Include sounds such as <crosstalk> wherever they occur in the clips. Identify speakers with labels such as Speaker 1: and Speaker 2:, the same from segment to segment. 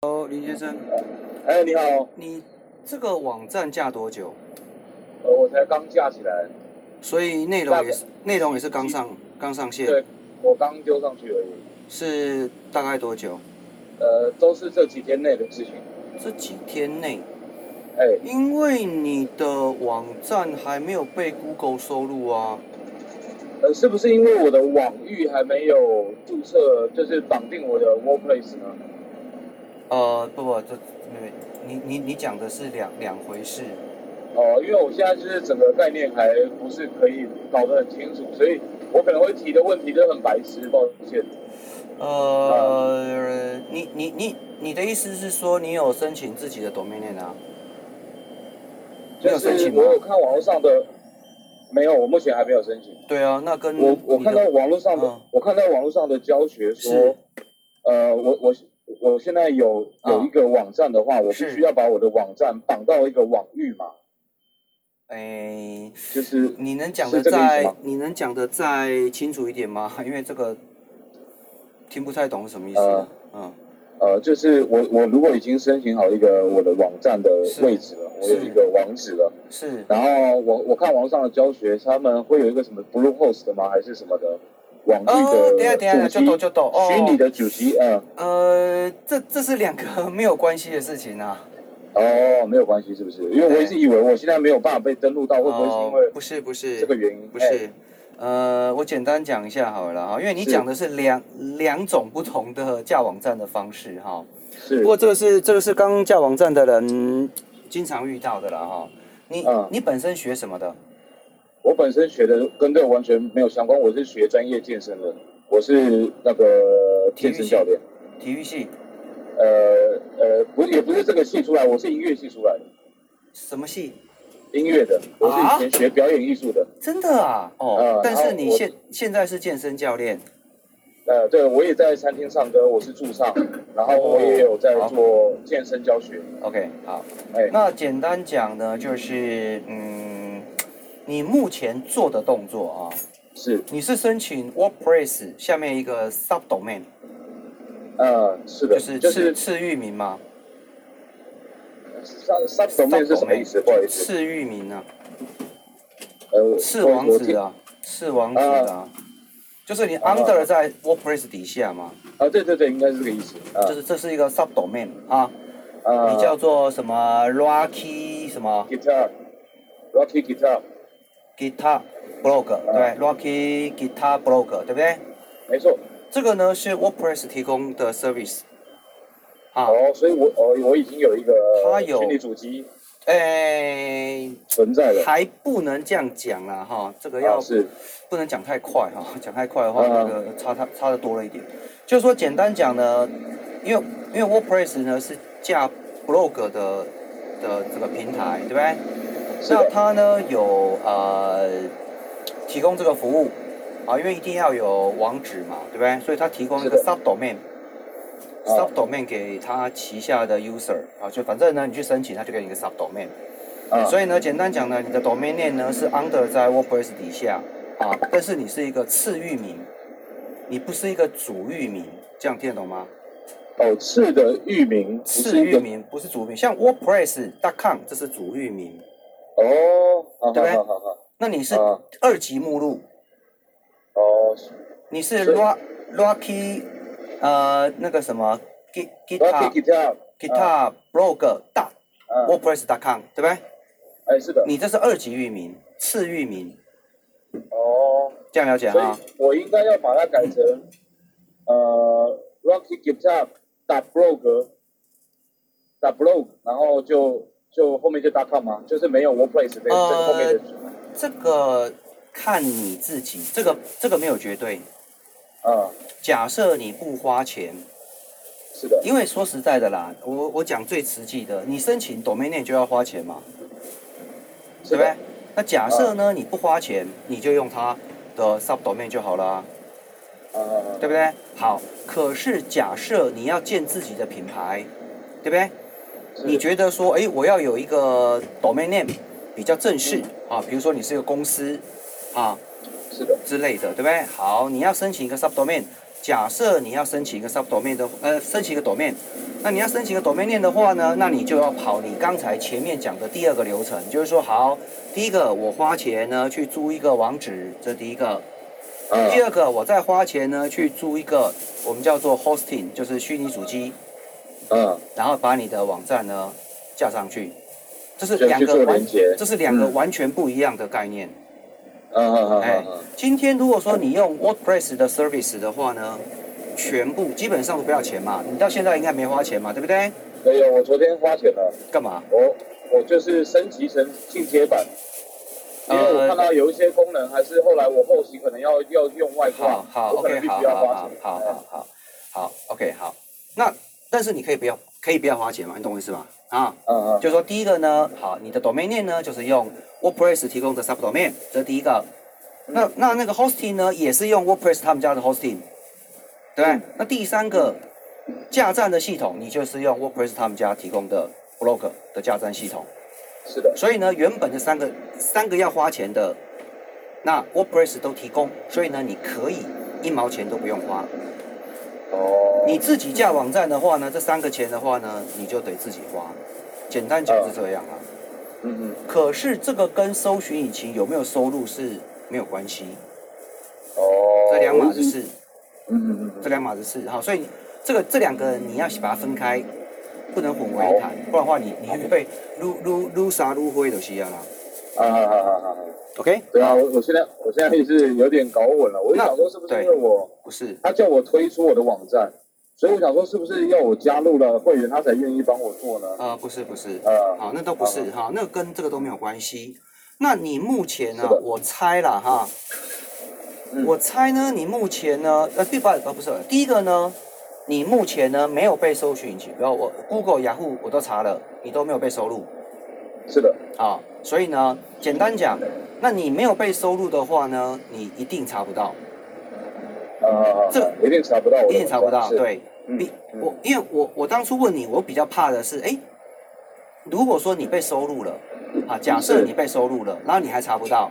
Speaker 1: ，哦林先生，
Speaker 2: 哎，你好，
Speaker 1: 你这个网站架多久？
Speaker 2: 呃我才刚架起来，
Speaker 1: 所以内容也是内容也是刚上刚上线，
Speaker 2: 对我刚丢上去而已，
Speaker 1: 是大概多久？
Speaker 2: 呃，都是这几天内的事情。
Speaker 1: 这几天内，
Speaker 2: 哎，
Speaker 1: 因为你的网站还没有被 Google 收录啊，
Speaker 2: 呃，是不是因为我的网域还没有注册，就是绑定我的 WordPress 呢？
Speaker 1: 呃，不不，这没你你你讲的是两两回事，
Speaker 2: 哦，因为我现在就是整个概念还不是可以搞得很清楚，所以我可能会提的问题都很白痴，抱歉。
Speaker 1: 呃，你你你你的意思是说你有申请自己的 domain name 啊？你
Speaker 2: 就
Speaker 1: 有申
Speaker 2: 是
Speaker 1: 请吗
Speaker 2: 我有看网络上的，没有，我目前还没有申请。
Speaker 1: 对啊，那跟
Speaker 2: 我我
Speaker 1: 你
Speaker 2: 看
Speaker 1: 的
Speaker 2: 到网络上的，
Speaker 1: 嗯
Speaker 2: 我看到网络上的教学
Speaker 1: 是
Speaker 2: 说，呃，我我我现在有有一个网站的话，我必
Speaker 1: 啊是
Speaker 2: 须要把我的网站绑到一个网域嘛，
Speaker 1: 哎、
Speaker 2: 就是
Speaker 1: 你能讲的
Speaker 2: 是这个意思
Speaker 1: 再
Speaker 2: 吗
Speaker 1: 你能讲的再清楚一点吗？ <laughs> 因为这个听不太懂是什么意思。
Speaker 2: 呃
Speaker 1: 嗯，
Speaker 2: 呃，就是我我如果已经申请好一个我的网站的
Speaker 1: 是
Speaker 2: 位置了，我有
Speaker 1: 是
Speaker 2: 一个网址了，
Speaker 1: 是
Speaker 2: 然后我我看网络上的教学，他们会有一个什么 Bluehost 吗？还是什么的网
Speaker 1: 哦，等一下
Speaker 2: 域
Speaker 1: 等一下，
Speaker 2: 的主
Speaker 1: 就懂
Speaker 2: 机？
Speaker 1: 就懂哦。
Speaker 2: 虚拟的主机，嗯，
Speaker 1: 呃，这这是两个没有关系的事情啊。
Speaker 2: 哦，没有关系，是不是？因为我一直以为我现 <laughs> 在没有办法被登录到，会不会是因为
Speaker 1: 哦不是不是
Speaker 2: 这个原因？
Speaker 1: 不
Speaker 2: 哎
Speaker 1: 是，呃，我简单讲一下好了哈，因为你
Speaker 2: 是
Speaker 1: 讲的是两两种不同的架网站的方式哈。
Speaker 2: 是
Speaker 1: 不过这个是这个是刚架网站的人经常遇到的了哈。你、
Speaker 2: 嗯
Speaker 1: 你本身学什么的？
Speaker 2: 我本身学的跟这个完全没有相关，我是学专业健身的，我是那个健身教练。
Speaker 1: 体育系？
Speaker 2: 呃呃，不也不是这个系出来，我是音乐系出来的，
Speaker 1: 什么系？
Speaker 2: 音乐的，我是
Speaker 1: 啊
Speaker 2: 以前学表演艺术的。
Speaker 1: 真的啊？哦
Speaker 2: 呃，
Speaker 1: 但是你
Speaker 2: 然后我
Speaker 1: 现现在是健身教练，
Speaker 2: 呃，对，我也在餐厅唱歌，我是驻唱，然后
Speaker 1: 哦
Speaker 2: 我也有在做健身教学。
Speaker 1: OK，好。
Speaker 2: 哎，
Speaker 1: 那简单讲呢，就是嗯，你目前做的动作啊，
Speaker 2: 是，
Speaker 1: 你是申请 WordPress 下面一个 subdomain，
Speaker 2: 呃，是的，
Speaker 1: 就
Speaker 2: 就是就
Speaker 1: 次
Speaker 2: 是
Speaker 1: 次域名嘛？
Speaker 2: 上上层面是什么意思？不好意思，
Speaker 1: 次域名啊，
Speaker 2: 呃，
Speaker 1: 次
Speaker 2: 我
Speaker 1: 网
Speaker 2: 我
Speaker 1: 址
Speaker 2: 听
Speaker 1: 啊，次网址啊，就是你 under 在 WordPress 底下嘛，
Speaker 2: 啊，对对对，应该是这个意思啊。
Speaker 1: 就是这是一个 subdomain 啊，
Speaker 2: 啊，
Speaker 1: 你叫做什么 Rocky 什么
Speaker 2: guitar，rocky guitar，
Speaker 1: Guitar Blog 对，Rocky Guitar Blog 对不对？
Speaker 2: 没错。
Speaker 1: 这个呢是 WordPress 提供的 service 啊，
Speaker 2: 哦，所以我哦，我已经有一个
Speaker 1: 它有
Speaker 2: 虚拟主机
Speaker 1: 哎，
Speaker 2: 存在了。
Speaker 1: 还不能这样讲啦哈，这个要
Speaker 2: 啊是
Speaker 1: 不能讲太快哈，讲太快的话，
Speaker 2: 嗯
Speaker 1: 那个差差差的多了一点。就是说，简单讲呢，因为因为 WordPress 呢是架 blog 的的这个平台，对不对？
Speaker 2: 是
Speaker 1: 那
Speaker 2: 的，
Speaker 1: 它呢有呃提供这个服务啊，因为一定要有网址嘛，对不对？所以它提供一个
Speaker 2: 是
Speaker 1: subdomain。
Speaker 2: 啊
Speaker 1: subdomain 给它旗下的 user 啊，就反正呢，你去申请，它就给你一个 subdomain。
Speaker 2: 啊，
Speaker 1: 所以呢，简单讲呢，你的 domain name 呢是 under 在 WordPress 底下啊，但是你是一个次域名，你不是一个主域名，这样听得懂吗？
Speaker 2: 哦，次的域名不
Speaker 1: 次
Speaker 2: 是一
Speaker 1: 域
Speaker 2: 个
Speaker 1: 名不是主域名，像 WordPress.com 这是主域名，
Speaker 2: 哦，好
Speaker 1: 对不对
Speaker 2: 好好好
Speaker 1: 那你是
Speaker 2: 好啊，
Speaker 1: 二级目录，
Speaker 2: 哦
Speaker 1: 你是
Speaker 2: 所以
Speaker 1: Rock Rocky 呃那个什么 Gui-
Speaker 2: ，rocky
Speaker 1: Guitar
Speaker 2: guitar，
Speaker 1: Guitar Blog dot
Speaker 2: 啊，
Speaker 1: WordPress.com 对不对？
Speaker 2: 哎，是的，
Speaker 1: 你这是二级域名，次域名，
Speaker 2: 哦，
Speaker 1: 这样了解
Speaker 2: 所
Speaker 1: 啊？
Speaker 2: 以我应该要把它改成呃，rocky guitar 打 blog 打 blog，然后就就后面就 dot com 嘛，就是没有 WordPress 这个
Speaker 1: 呃
Speaker 2: 这个后面的
Speaker 1: 这个看你自己，这个这个没有绝对。
Speaker 2: 啊，
Speaker 1: 假设你不花钱，
Speaker 2: 是的，
Speaker 1: 因为说实在的啦，我我讲最实际的，你申请 domain name 就要花钱嘛，对
Speaker 2: 是
Speaker 1: 不
Speaker 2: 的啊
Speaker 1: 对。？那假设呢，你不花钱，你就用它的 subdomain 就好啦，
Speaker 2: 啊，
Speaker 1: 对不对？好，可是假设你要建自己的品牌，对不对？
Speaker 2: 是
Speaker 1: 你觉得说，哎，我要有一个 domain name 比较正式啊，比如说你是一个公司啊，
Speaker 2: 是的，
Speaker 1: 之类的，对不对？好，你要申请一个 subdomain，假设你要申请一个 subdomain 的，呃，申请一个 domain，那你要申请一个 domain name 的话呢，那你就要跑你刚才前面讲的第二个流程，就是说，好，第一个我花钱呢去租一个网址，这第一个；
Speaker 2: 嗯
Speaker 1: 第二个我再花钱呢去租一个我们叫做 hosting，就是虚拟主机，
Speaker 2: 嗯，
Speaker 1: 然后把你的网站呢架上去，这是
Speaker 2: 就
Speaker 1: 两
Speaker 2: 去
Speaker 1: 个
Speaker 2: 做
Speaker 1: 完
Speaker 2: 连，接，
Speaker 1: 这是两个
Speaker 2: 嗯
Speaker 1: 完全不一样的概念。
Speaker 2: 嗯嗯嗯
Speaker 1: 哎
Speaker 2: 嗯嗯，
Speaker 1: 今天如果说你用 WordPress 的 service 的话呢，全部基本上都不要钱嘛，你到现在应该没花钱嘛，对不对？
Speaker 2: 没有，我昨天花钱了，
Speaker 1: 干嘛？
Speaker 2: 我我就是升级成进阶版，因为我看
Speaker 1: 呃，
Speaker 2: 到有一些功能还是后来我后期可能要要用外
Speaker 1: 好
Speaker 2: 挂，
Speaker 1: 好
Speaker 2: 啊我可能
Speaker 1: ，OK，
Speaker 2: 必
Speaker 1: 好
Speaker 2: 须
Speaker 1: 好
Speaker 2: 要
Speaker 1: 好
Speaker 2: 花
Speaker 1: 好
Speaker 2: 钱，哎
Speaker 1: 好好好好，OK，好。那但是你可以不要，可以不要花钱嘛，你懂我意思吗？啊，
Speaker 2: 嗯嗯
Speaker 1: 就说第一个呢，好，你的 domain name 呢就是用 WordPress 提供的 subdomain，这是第一个。那那那个 hosting 呢，也是用 WordPress 他们家的 hosting，对不对
Speaker 2: 嗯
Speaker 1: 那第三个架站的系统，你就是用 WordPress 他们家提供的 blog 的架站系统。
Speaker 2: 是的，
Speaker 1: 所以呢，原本的三个三个要花钱的，那 WordPress 都提供，所以呢，你可以一毛钱都不用花。
Speaker 2: 哦，
Speaker 1: 你自己架网站的话呢，这三个钱的话呢，你就得自己花。简单讲是这样啊。
Speaker 2: 嗯嗯，
Speaker 1: 可是这个跟搜寻引擎有没有收入是没有关系，
Speaker 2: 哦，
Speaker 1: 这两码子事，
Speaker 2: 嗯，嗯嗯
Speaker 1: 这
Speaker 2: 嗯，
Speaker 1: 两码子事哈。所以这个这两个你要把它分开，不能混为一谈，不然的话你你会撸撸撸啥撸灰的西啊啦。
Speaker 2: 啊啊啊啊啊！
Speaker 1: OK，
Speaker 2: 对啊，
Speaker 1: 好，
Speaker 2: 我我现在我现在也是有点搞混了，我就
Speaker 1: 那
Speaker 2: 想说是不是
Speaker 1: 对
Speaker 2: 因为我
Speaker 1: 不是，
Speaker 2: 他叫我推出我的网站，所以我想说是不是要我加入了会员他才愿意帮我做呢？
Speaker 1: 呃，不是不是，
Speaker 2: 呃，
Speaker 1: 好，那都不是哈，那跟这个都没有关系。那你目前呢
Speaker 2: 是的？
Speaker 1: 我猜了哈，
Speaker 2: 嗯
Speaker 1: 我猜呢，你目前呢，呃，第八呃不是，第一个呢，你目前呢没有被搜寻引擎，然后我 Google、雅虎我都查了，你都没有被收录
Speaker 2: 是的，
Speaker 1: 啊，所以呢，简单讲，那你没有被收录的话呢，你一定查不到，
Speaker 2: 啊啊啊，
Speaker 1: 这个
Speaker 2: 一定查不到我的网站，
Speaker 1: 一定查不到，
Speaker 2: 是，
Speaker 1: 对。
Speaker 2: 嗯
Speaker 1: 你
Speaker 2: 嗯
Speaker 1: 我因为我我当初问你，我比较怕的是，哎，如果说你被收录了，啊，假设
Speaker 2: 是
Speaker 1: 你被收录了，然后你还查不到，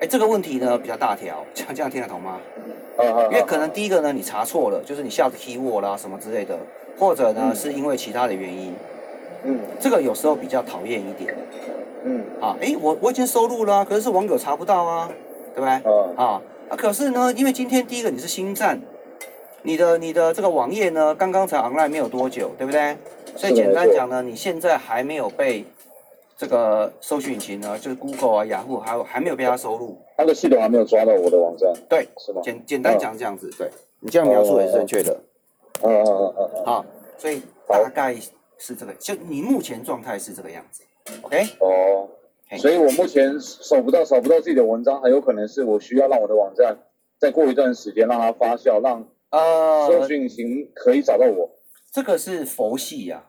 Speaker 1: 哎，这个问题呢比较大条，这样这样听得懂吗？
Speaker 2: 啊啊，
Speaker 1: 因为可能第一个呢你查错了，就是你下的 keyword 啦什么之类的，或者呢
Speaker 2: 嗯
Speaker 1: 是因为其他的原因，
Speaker 2: 嗯
Speaker 1: 这个有时候比较讨厌一点
Speaker 2: 嗯
Speaker 1: 啊，哎，我我已经收录了啊，可是网友查不到啊，对不对？
Speaker 2: 啊
Speaker 1: 啊啊，可是呢，因为今天第一个你是新站，你的你的这个网页呢，刚刚才 online 没有多久，对不对？所以
Speaker 2: 是的
Speaker 1: 简单
Speaker 2: 没错
Speaker 1: 讲呢，你现在还没有被这个搜索引擎呢，就是 Google 啊、雅虎，还有还没有被它收录。
Speaker 2: 他的系统还没有抓到我的网站，
Speaker 1: 对，
Speaker 2: 是吗？
Speaker 1: 简简单讲这样子，对哦你这样描述也是正确的。
Speaker 2: 啊啊啊啊啊，
Speaker 1: 好，所以大概是这个，就你目前状态是这个样子，OK？
Speaker 2: 哦
Speaker 1: 嘿。
Speaker 2: 所以我目前搜不到找不到自己的文章，很有可能是我需要让我的网站再过一段时间让它发酵，让搜
Speaker 1: 呃，
Speaker 2: 索引擎可以找到我
Speaker 1: 这个是佛系呀、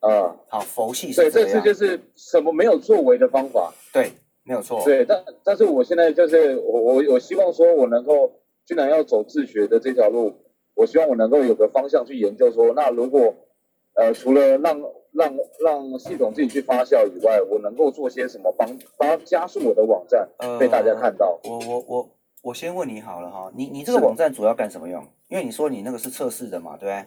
Speaker 2: 啊。
Speaker 1: 好，佛系
Speaker 2: 对，
Speaker 1: 是
Speaker 2: 这
Speaker 1: 这
Speaker 2: 次
Speaker 1: 样，
Speaker 2: 就是什么没有作为的方法。
Speaker 1: 对，没有错，
Speaker 2: 对，但但是我现在就是我我我希望说，我能够既然要走自学的这条路，我希望我能够有个方向去研究说，那如果呃除了让让让系统自己去发酵以外，我能够做些什么帮帮加速我的网站
Speaker 1: 呃
Speaker 2: 被大家看到？
Speaker 1: 我我我我先问你好了哈，你你这个
Speaker 2: 是的
Speaker 1: 网站主要干什么用？因为你说你那个是测试的嘛，对不对？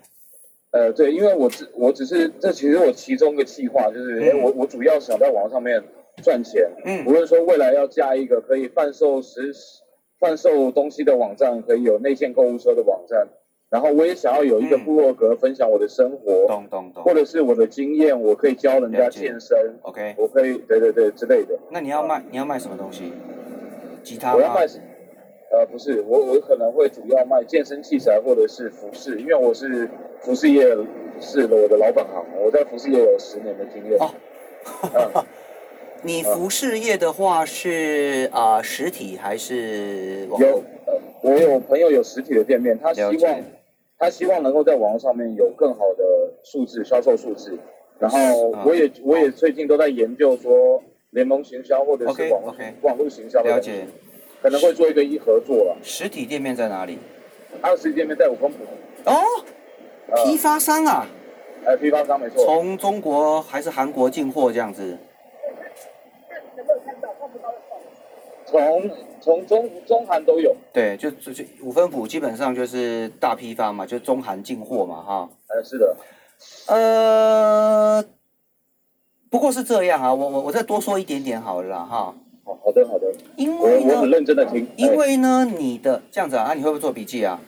Speaker 2: 呃，对，因为我只我只是这其实我其中一个计划就是，
Speaker 1: 嗯
Speaker 2: 哎、我我主要想在网上面赚钱，无
Speaker 1: 嗯
Speaker 2: 论说未来要加一个可以贩售实贩售东西的网站，可以有内建购物车的网站，然后我也想要有一个
Speaker 1: 嗯
Speaker 2: 部落格分享我的生活，
Speaker 1: 懂懂懂
Speaker 2: 或。者是我的经验，我可以教人家
Speaker 1: 了解
Speaker 2: 健身，
Speaker 1: OK，
Speaker 2: 我可以对对对之类的。
Speaker 1: 那你要卖你要卖什么东西？吉他
Speaker 2: 我要
Speaker 1: 吗？
Speaker 2: 卖，呃，不是，我我可能会主要卖健身器材或者是服饰，因为我是服饰业是我的老本行，我在服饰业有十年的经验。
Speaker 1: 哦
Speaker 2: 嗯
Speaker 1: 你服饰业的话是啊、呃实体还是网
Speaker 2: 有
Speaker 1: 络？
Speaker 2: 呃，我有朋友有实体的店面，他希
Speaker 1: 了
Speaker 2: 望
Speaker 1: 解
Speaker 2: 他希望能够在网络上面有更好的数字销售数字，然后
Speaker 1: 啊
Speaker 2: 我也、我也最近都在研究说联盟行销或者是
Speaker 1: OK，
Speaker 2: 网络
Speaker 1: OK
Speaker 2: 网络行销的
Speaker 1: 了
Speaker 2: 东西，
Speaker 1: 解。
Speaker 2: 可能会做一个一合作了。
Speaker 1: 实体店面在哪里？
Speaker 2: 二十店面在五峰埔，
Speaker 1: 哦，
Speaker 2: 呃
Speaker 1: 批发商啊，
Speaker 2: 呃批发商没错，
Speaker 1: 从中国还是韩国进货这样子？
Speaker 2: 从从中中韩都有，
Speaker 1: 对，就就就五分埔基本上就是大批发嘛，就中韩进货嘛，哈。
Speaker 2: 呃，是的，
Speaker 1: 呃，不过是这样啊，我我我再多说一点点好了啦哈，
Speaker 2: 好好的好的，
Speaker 1: 因
Speaker 2: 我
Speaker 1: 为
Speaker 2: 我很
Speaker 1: 呢，
Speaker 2: 认真的听，
Speaker 1: 因
Speaker 2: 哎
Speaker 1: 为呢，你的这样子啊，啊你会不会做笔记啊？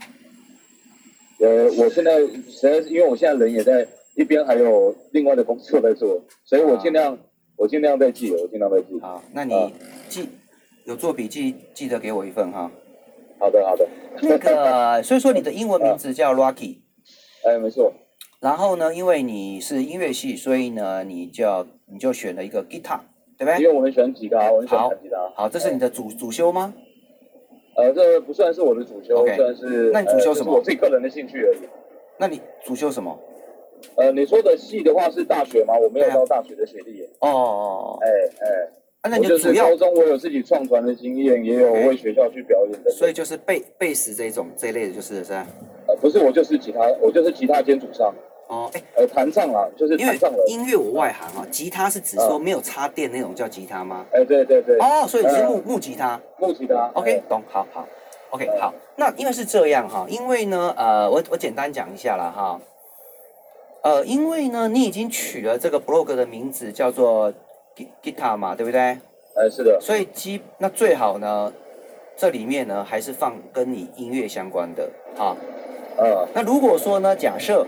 Speaker 2: 呃，我现在实在是因为我现在人也在一边，还有另外的工作在做，所以我尽
Speaker 1: 啊
Speaker 2: 量、我尽量在记，我尽量在记。
Speaker 1: 好，那你
Speaker 2: 嗯
Speaker 1: 记有做笔记，记得给我一份哈。
Speaker 2: 好的好的，
Speaker 1: 那个，所以说你的英文名字叫 Rocky，
Speaker 2: 哎，没错，
Speaker 1: 然后呢，因为你是音乐系，所以呢，你就你就选了一个 guitar，对不
Speaker 2: 因
Speaker 1: 对？
Speaker 2: 为我很喜欢吉他，我很喜欢弹吉他。
Speaker 1: 好，这是你的主主修吗？
Speaker 2: 呃，这不算是我的主修
Speaker 1: OK
Speaker 2: 算是
Speaker 1: 那你主修什么
Speaker 2: 呃这是我自己个人的兴趣而已。
Speaker 1: 那你主修什么？
Speaker 2: 呃，你说的系的话是大学吗？我没有
Speaker 1: 对啊
Speaker 2: 到大学的学历耶。
Speaker 1: 哦哦，哦
Speaker 2: 哎哎，
Speaker 1: 啊，那
Speaker 2: 我
Speaker 1: 你
Speaker 2: 就
Speaker 1: 的主
Speaker 2: 是
Speaker 1: 要
Speaker 2: 高，中我有自己创团的经验，也有
Speaker 1: OK
Speaker 2: 为学校去表演的。
Speaker 1: 所以就是贝贝斯这一种这一类的，就是是吧？
Speaker 2: 呃，不是我就是吉他，我就是吉他兼主唱，
Speaker 1: 哦，哎，
Speaker 2: 呃，弹唱啦，就是
Speaker 1: 因
Speaker 2: 弹
Speaker 1: 为
Speaker 2: 唱人。
Speaker 1: 音乐我外行
Speaker 2: 嗯
Speaker 1: 啊，吉他是指说没有插电那种叫吉他吗？
Speaker 2: 哎，对对对，
Speaker 1: 哦，所以你是
Speaker 2: 呃
Speaker 1: 木木吉他。
Speaker 2: 木吉他。
Speaker 1: OK，
Speaker 2: 哎
Speaker 1: 懂，好好，OK，
Speaker 2: 嗯
Speaker 1: 好。那因为是这样哈，因为呢，呃，我我简单讲一下啦哈。呃，因为呢，你已经取了这个 blog 的名字叫做 Gui- Guitar 嘛，对不对？
Speaker 2: 哎，是的，
Speaker 1: 所以基那最好呢，这里面呢还是放跟你音乐相关的哈。
Speaker 2: 嗯，
Speaker 1: 那如果说呢，假设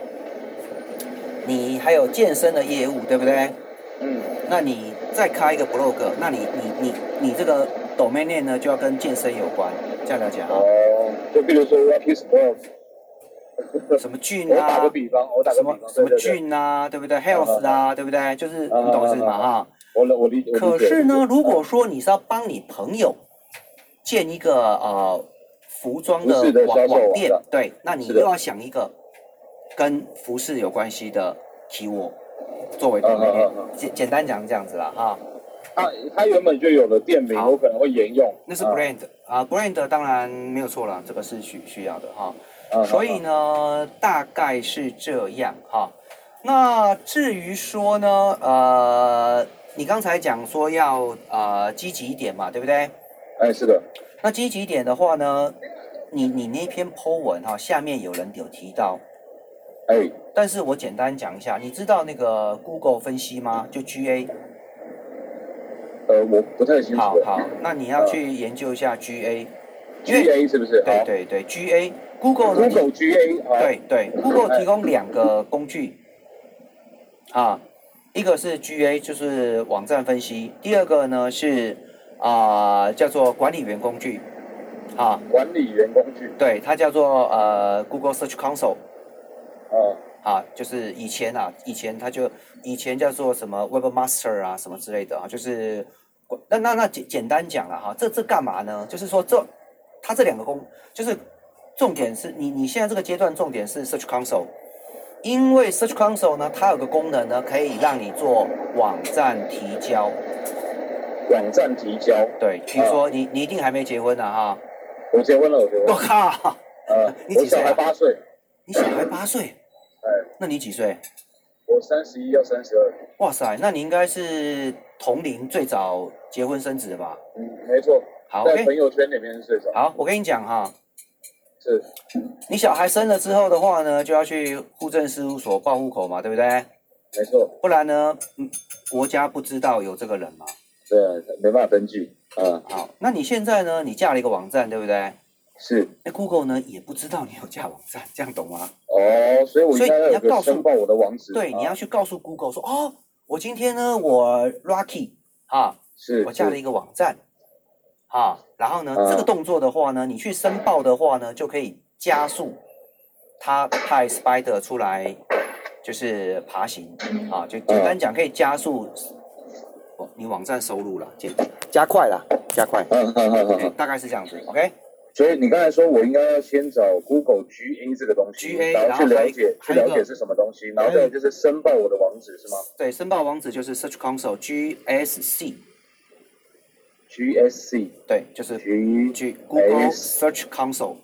Speaker 1: 你还有健身的业务，对不对？
Speaker 2: 嗯，
Speaker 1: 那你再开一个 blog，那你你你你这个 domain name 呢就要跟健身有关，这样了解哈。
Speaker 2: 哦，就比如说
Speaker 1: <laughs>
Speaker 2: Rocky Sports，
Speaker 1: 什么菌
Speaker 2: 呃我打
Speaker 1: 啊
Speaker 2: 个，比方，我打
Speaker 1: 什
Speaker 2: 个比
Speaker 1: 么
Speaker 2: 方，
Speaker 1: 什么
Speaker 2: 对，对对
Speaker 1: 菌啊，对不对？health 啊，对不对？就是
Speaker 2: 嗯
Speaker 1: 你懂是什么
Speaker 2: 嗯嗯
Speaker 1: 啊？
Speaker 2: 我我理我理解。
Speaker 1: 可是
Speaker 2: 我
Speaker 1: 呢，
Speaker 2: 理解
Speaker 1: 如果说你是要帮你朋友建一个呃服装
Speaker 2: 服饰的销
Speaker 1: 网
Speaker 2: 售网
Speaker 1: 网店
Speaker 2: 站，
Speaker 1: 对，那你
Speaker 2: 是
Speaker 1: 又
Speaker 2: 的
Speaker 1: 要想一个跟服饰有关系的 keyword 作为
Speaker 2: 嗯嗯
Speaker 1: domain
Speaker 2: 嗯
Speaker 1: name，简简单讲这样子啦啊，
Speaker 2: 他他原本就有的店名，
Speaker 1: 好
Speaker 2: 我可能会沿用。
Speaker 1: 那是
Speaker 2: 啊
Speaker 1: brand 啊，brand 当然没有错了，这个是需需要的哈。
Speaker 2: 啊
Speaker 1: 所以
Speaker 2: 啊
Speaker 1: 呢，大概是这样哈。那至于说呢，呃，你刚才讲说要呃积极一点嘛，对不对？
Speaker 2: 哎，是的，
Speaker 1: 那积极一点的话呢，你你那篇 po 文哈、下面有人有提到，
Speaker 2: 哎，
Speaker 1: 但是我简单讲一下，你知道那个 Google 分析吗？就 GA，
Speaker 2: 呃，我不太清楚。
Speaker 1: 好好，那你要去研究一下 GA，因为
Speaker 2: 啊 G A 是不是？
Speaker 1: 对
Speaker 2: 好
Speaker 1: 对对，GA Google 呢
Speaker 2: Google G A 啊，
Speaker 1: 对对，Google 提供两个工具啊，一个是 GA，就是网站分析；第二个呢是啊、叫做管理员工具啊，
Speaker 2: 管理员工具
Speaker 1: 对，它叫做呃 Google Search Console
Speaker 2: 啊，
Speaker 1: 啊，就是以前啊，以前它就以前叫做什么 Webmaster 啊什么之类的啊，就是那那那简简单讲了哈、这这干嘛呢？就是说这它这两个工就是重点是你你现在这个阶段重点是 Search Console，因为 Search Console 呢，它有个功能呢，可以让你做网站提交。
Speaker 2: 网站提交。
Speaker 1: 对，比如说你你一定还没结婚呢、啊、哈，
Speaker 2: 我结婚了，我结婚
Speaker 1: 我
Speaker 2: 了。
Speaker 1: 靠，
Speaker 2: 呃
Speaker 1: 你，
Speaker 2: 我
Speaker 1: 几岁
Speaker 2: 小
Speaker 1: 啊
Speaker 2: 孩八岁，
Speaker 1: 你小孩八岁，
Speaker 2: 哎，
Speaker 1: 那你几岁？
Speaker 2: 我三十一要三十二。
Speaker 1: 哇塞，那你应该是同龄最早结婚生子的吧？
Speaker 2: 嗯，没错，
Speaker 1: 好
Speaker 2: 在朋
Speaker 1: ，OK，
Speaker 2: 友圈里面是最早。
Speaker 1: 好，我跟你讲哈，
Speaker 2: 是，
Speaker 1: 你小孩生了之后的话呢，就要去户政事务所报户口嘛，对不对？
Speaker 2: 没错，
Speaker 1: 不然呢，嗯，国家不知道有这个人嘛。
Speaker 2: 对，没办法登记。啊，
Speaker 1: 好，那你现在呢，你架了一个网站，对不对？
Speaker 2: 是。
Speaker 1: 那 Google 呢也不知道你有架网站，这样懂吗？
Speaker 2: 哦，所以我应该
Speaker 1: 所以
Speaker 2: 要有
Speaker 1: 你要告诉
Speaker 2: 个申报我的网址。
Speaker 1: 对，
Speaker 2: 啊
Speaker 1: 你要去告诉 Google 说，哦，我今天呢，我 Rocky 啊，
Speaker 2: 是
Speaker 1: 我架了一个网站啊，然后呢，
Speaker 2: 嗯
Speaker 1: 这个动作的话呢，你去申报的话呢，就可以加速它派 Spider 出来，就是爬行啊，就简单讲可以加速哦你网站收入了，简加快了，加快，
Speaker 2: 嗯，好好好
Speaker 1: 对
Speaker 2: 好。
Speaker 1: 大概是这样子，OK。
Speaker 2: 所以你刚才说我应该要先找 Google GA 这个东西
Speaker 1: GA
Speaker 2: 然后去了解
Speaker 1: 然后还
Speaker 2: 去
Speaker 1: 有
Speaker 2: 了解是什么东西，然后再来就是申报我的网址是吗
Speaker 1: 对，申报网址就是 Search Console GSC，
Speaker 2: ？GSC
Speaker 1: 对，就是
Speaker 2: G
Speaker 1: G Google
Speaker 2: S
Speaker 1: Search Console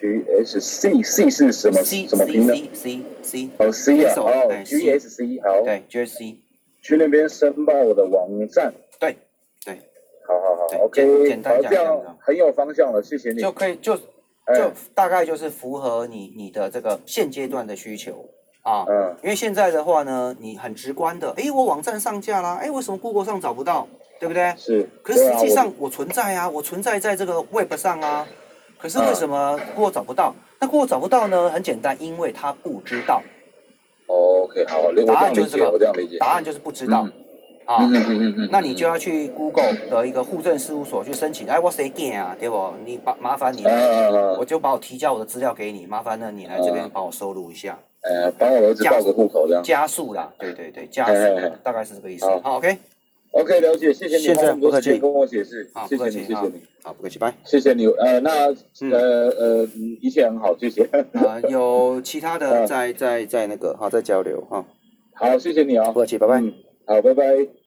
Speaker 2: GSC C 是什么
Speaker 1: C
Speaker 2: 什么
Speaker 1: C
Speaker 2: 拼的？
Speaker 1: C C C，
Speaker 2: 哦 C 啊，
Speaker 1: Pixel，
Speaker 2: 哦
Speaker 1: 对
Speaker 2: GSC 好，
Speaker 1: 对 GSC，
Speaker 2: 去那边申报我的网站。
Speaker 1: 对对，
Speaker 2: 好好好
Speaker 1: 对
Speaker 2: 好
Speaker 1: 简
Speaker 2: ，OK，
Speaker 1: 简单
Speaker 2: 好，
Speaker 1: 讲
Speaker 2: 这
Speaker 1: 这
Speaker 2: 样
Speaker 1: 样
Speaker 2: 很有方向了，谢谢你。
Speaker 1: 就可以就就
Speaker 2: 哎，
Speaker 1: 大概就是符合你你的这个现阶段的需求啊。
Speaker 2: 嗯，
Speaker 1: 因为现在的话呢，你很直观的，诶，我网站上架啦，诶，为什么 Google 上找不到，对不对？
Speaker 2: 是。
Speaker 1: 可是
Speaker 2: 对
Speaker 1: 实
Speaker 2: 啊
Speaker 1: 际
Speaker 2: 我
Speaker 1: 上我存在啊，我存在在这个 Web 上啊，可是
Speaker 2: 呃
Speaker 1: 为什么 Google 找不到？那 Google 找不到呢？很简单，因为他不知道，
Speaker 2: OK，好，我这
Speaker 1: 答
Speaker 2: 样
Speaker 1: 案就
Speaker 2: 理
Speaker 1: 是这
Speaker 2: 解，
Speaker 1: 个
Speaker 2: 我这样理解。
Speaker 1: 答案就是不知道
Speaker 2: 嗯
Speaker 1: 啊。
Speaker 2: 嗯嗯嗯嗯，
Speaker 1: 那你就要去 Google 的一个户政事务所去申请，哎，我谁干啊，对不？你把麻烦你
Speaker 2: 啊
Speaker 1: 来，
Speaker 2: 啊啊
Speaker 1: 我就把我提交我的资料给你，麻烦了你来这边
Speaker 2: 啊
Speaker 1: 帮我收录一下，
Speaker 2: 呃，帮我儿子报个户口这样。
Speaker 1: 加速啦，对对对，加
Speaker 2: 哎
Speaker 1: 速
Speaker 2: 哎哎，
Speaker 1: 大概是这个意思。
Speaker 2: 好
Speaker 1: 好，OK，
Speaker 2: OK，了解，谢谢你
Speaker 1: 现在
Speaker 2: 花那么多
Speaker 1: 不客
Speaker 2: 时
Speaker 1: 气
Speaker 2: 间跟我解释
Speaker 1: 好，，
Speaker 2: 谢
Speaker 1: 不
Speaker 2: 谢
Speaker 1: 客
Speaker 2: 你，
Speaker 1: 气
Speaker 2: 谢谢
Speaker 1: 好
Speaker 2: 你，
Speaker 1: 好，不客气，拜。
Speaker 2: 谢谢你。呃，那
Speaker 1: 嗯
Speaker 2: 呃呃，嗯一切很好，谢谢。
Speaker 1: 呃，有其他的
Speaker 2: 嗯
Speaker 1: 在在在那个哈，在交流哈，
Speaker 2: 好，谢谢你啊
Speaker 1: 不，客气，拜拜。
Speaker 2: 嗯，好，拜拜。